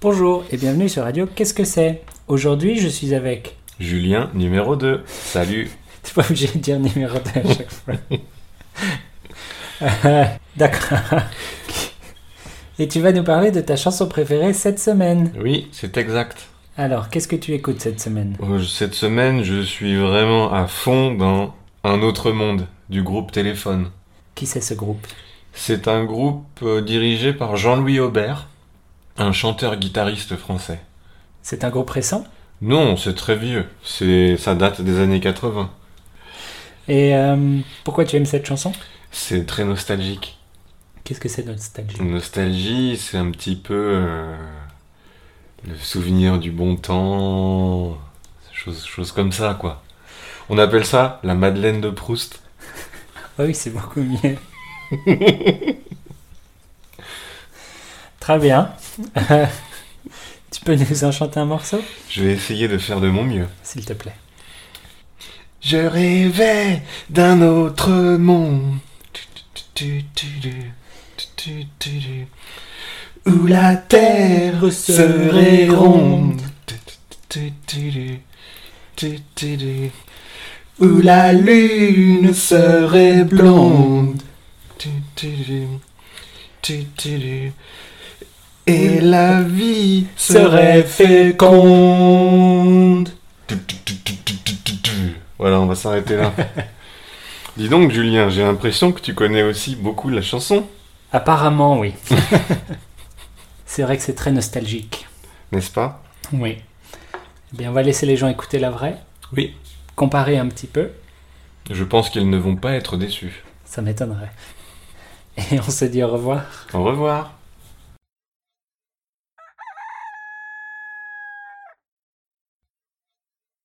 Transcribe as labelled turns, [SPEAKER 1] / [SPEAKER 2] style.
[SPEAKER 1] Bonjour et bienvenue sur Radio Qu'est-ce que c'est Aujourd'hui, je suis avec.
[SPEAKER 2] Julien, numéro 2. Salut.
[SPEAKER 1] T'es pas obligé de dire numéro 2 à chaque fois. Euh, D'accord. Et tu vas nous parler de ta chanson préférée cette semaine.
[SPEAKER 2] Oui, c'est exact.
[SPEAKER 1] Alors, qu'est-ce que tu écoutes cette semaine
[SPEAKER 2] Euh, Cette semaine, je suis vraiment à fond dans Un autre monde du groupe Téléphone.
[SPEAKER 1] Qui c'est ce groupe
[SPEAKER 2] C'est un groupe euh, dirigé par Jean-Louis Aubert, un chanteur-guitariste français.
[SPEAKER 1] C'est un groupe récent
[SPEAKER 2] Non, c'est très vieux. C'est ça date des années 80.
[SPEAKER 1] Et euh, pourquoi tu aimes cette chanson
[SPEAKER 2] C'est très nostalgique.
[SPEAKER 1] Qu'est-ce que c'est nostalgie
[SPEAKER 2] Nostalgie, c'est un petit peu euh, le souvenir du bon temps, choses chose comme ça, quoi. On appelle ça la Madeleine de Proust.
[SPEAKER 1] Ah oui, c'est beaucoup mieux. Très bien. Euh, tu peux nous en chanter un morceau,
[SPEAKER 2] Je vais essayer de faire de mon mieux.
[SPEAKER 1] s'il te plaît
[SPEAKER 2] Je rêvais d'un autre monde. Tu, tu, tu, tu, tu, tu, tu, tu. Où la terre serait ronde. Tu, tu, tu, tu, tu, tu, tu. Où la lune serait blonde. Tu, tu, tu, tu, tu, tu. Et la vie serait féconde. Tu, tu, tu, tu, tu, tu, tu, tu. Voilà, on va s'arrêter là. Dis donc, Julien, j'ai l'impression que tu connais aussi beaucoup la chanson,
[SPEAKER 1] Apparemment, oui. c'est vrai que c'est très nostalgique.
[SPEAKER 2] n'est-ce pas
[SPEAKER 1] Oui. Eh bien, on va laisser les gens écouter la vraie,
[SPEAKER 2] Oui.
[SPEAKER 1] comparer un petit peu.
[SPEAKER 2] Je pense qu'ils ne vont pas être déçus.
[SPEAKER 1] Ça m'étonnerait. Et on se dit au revoir.
[SPEAKER 2] Au revoir.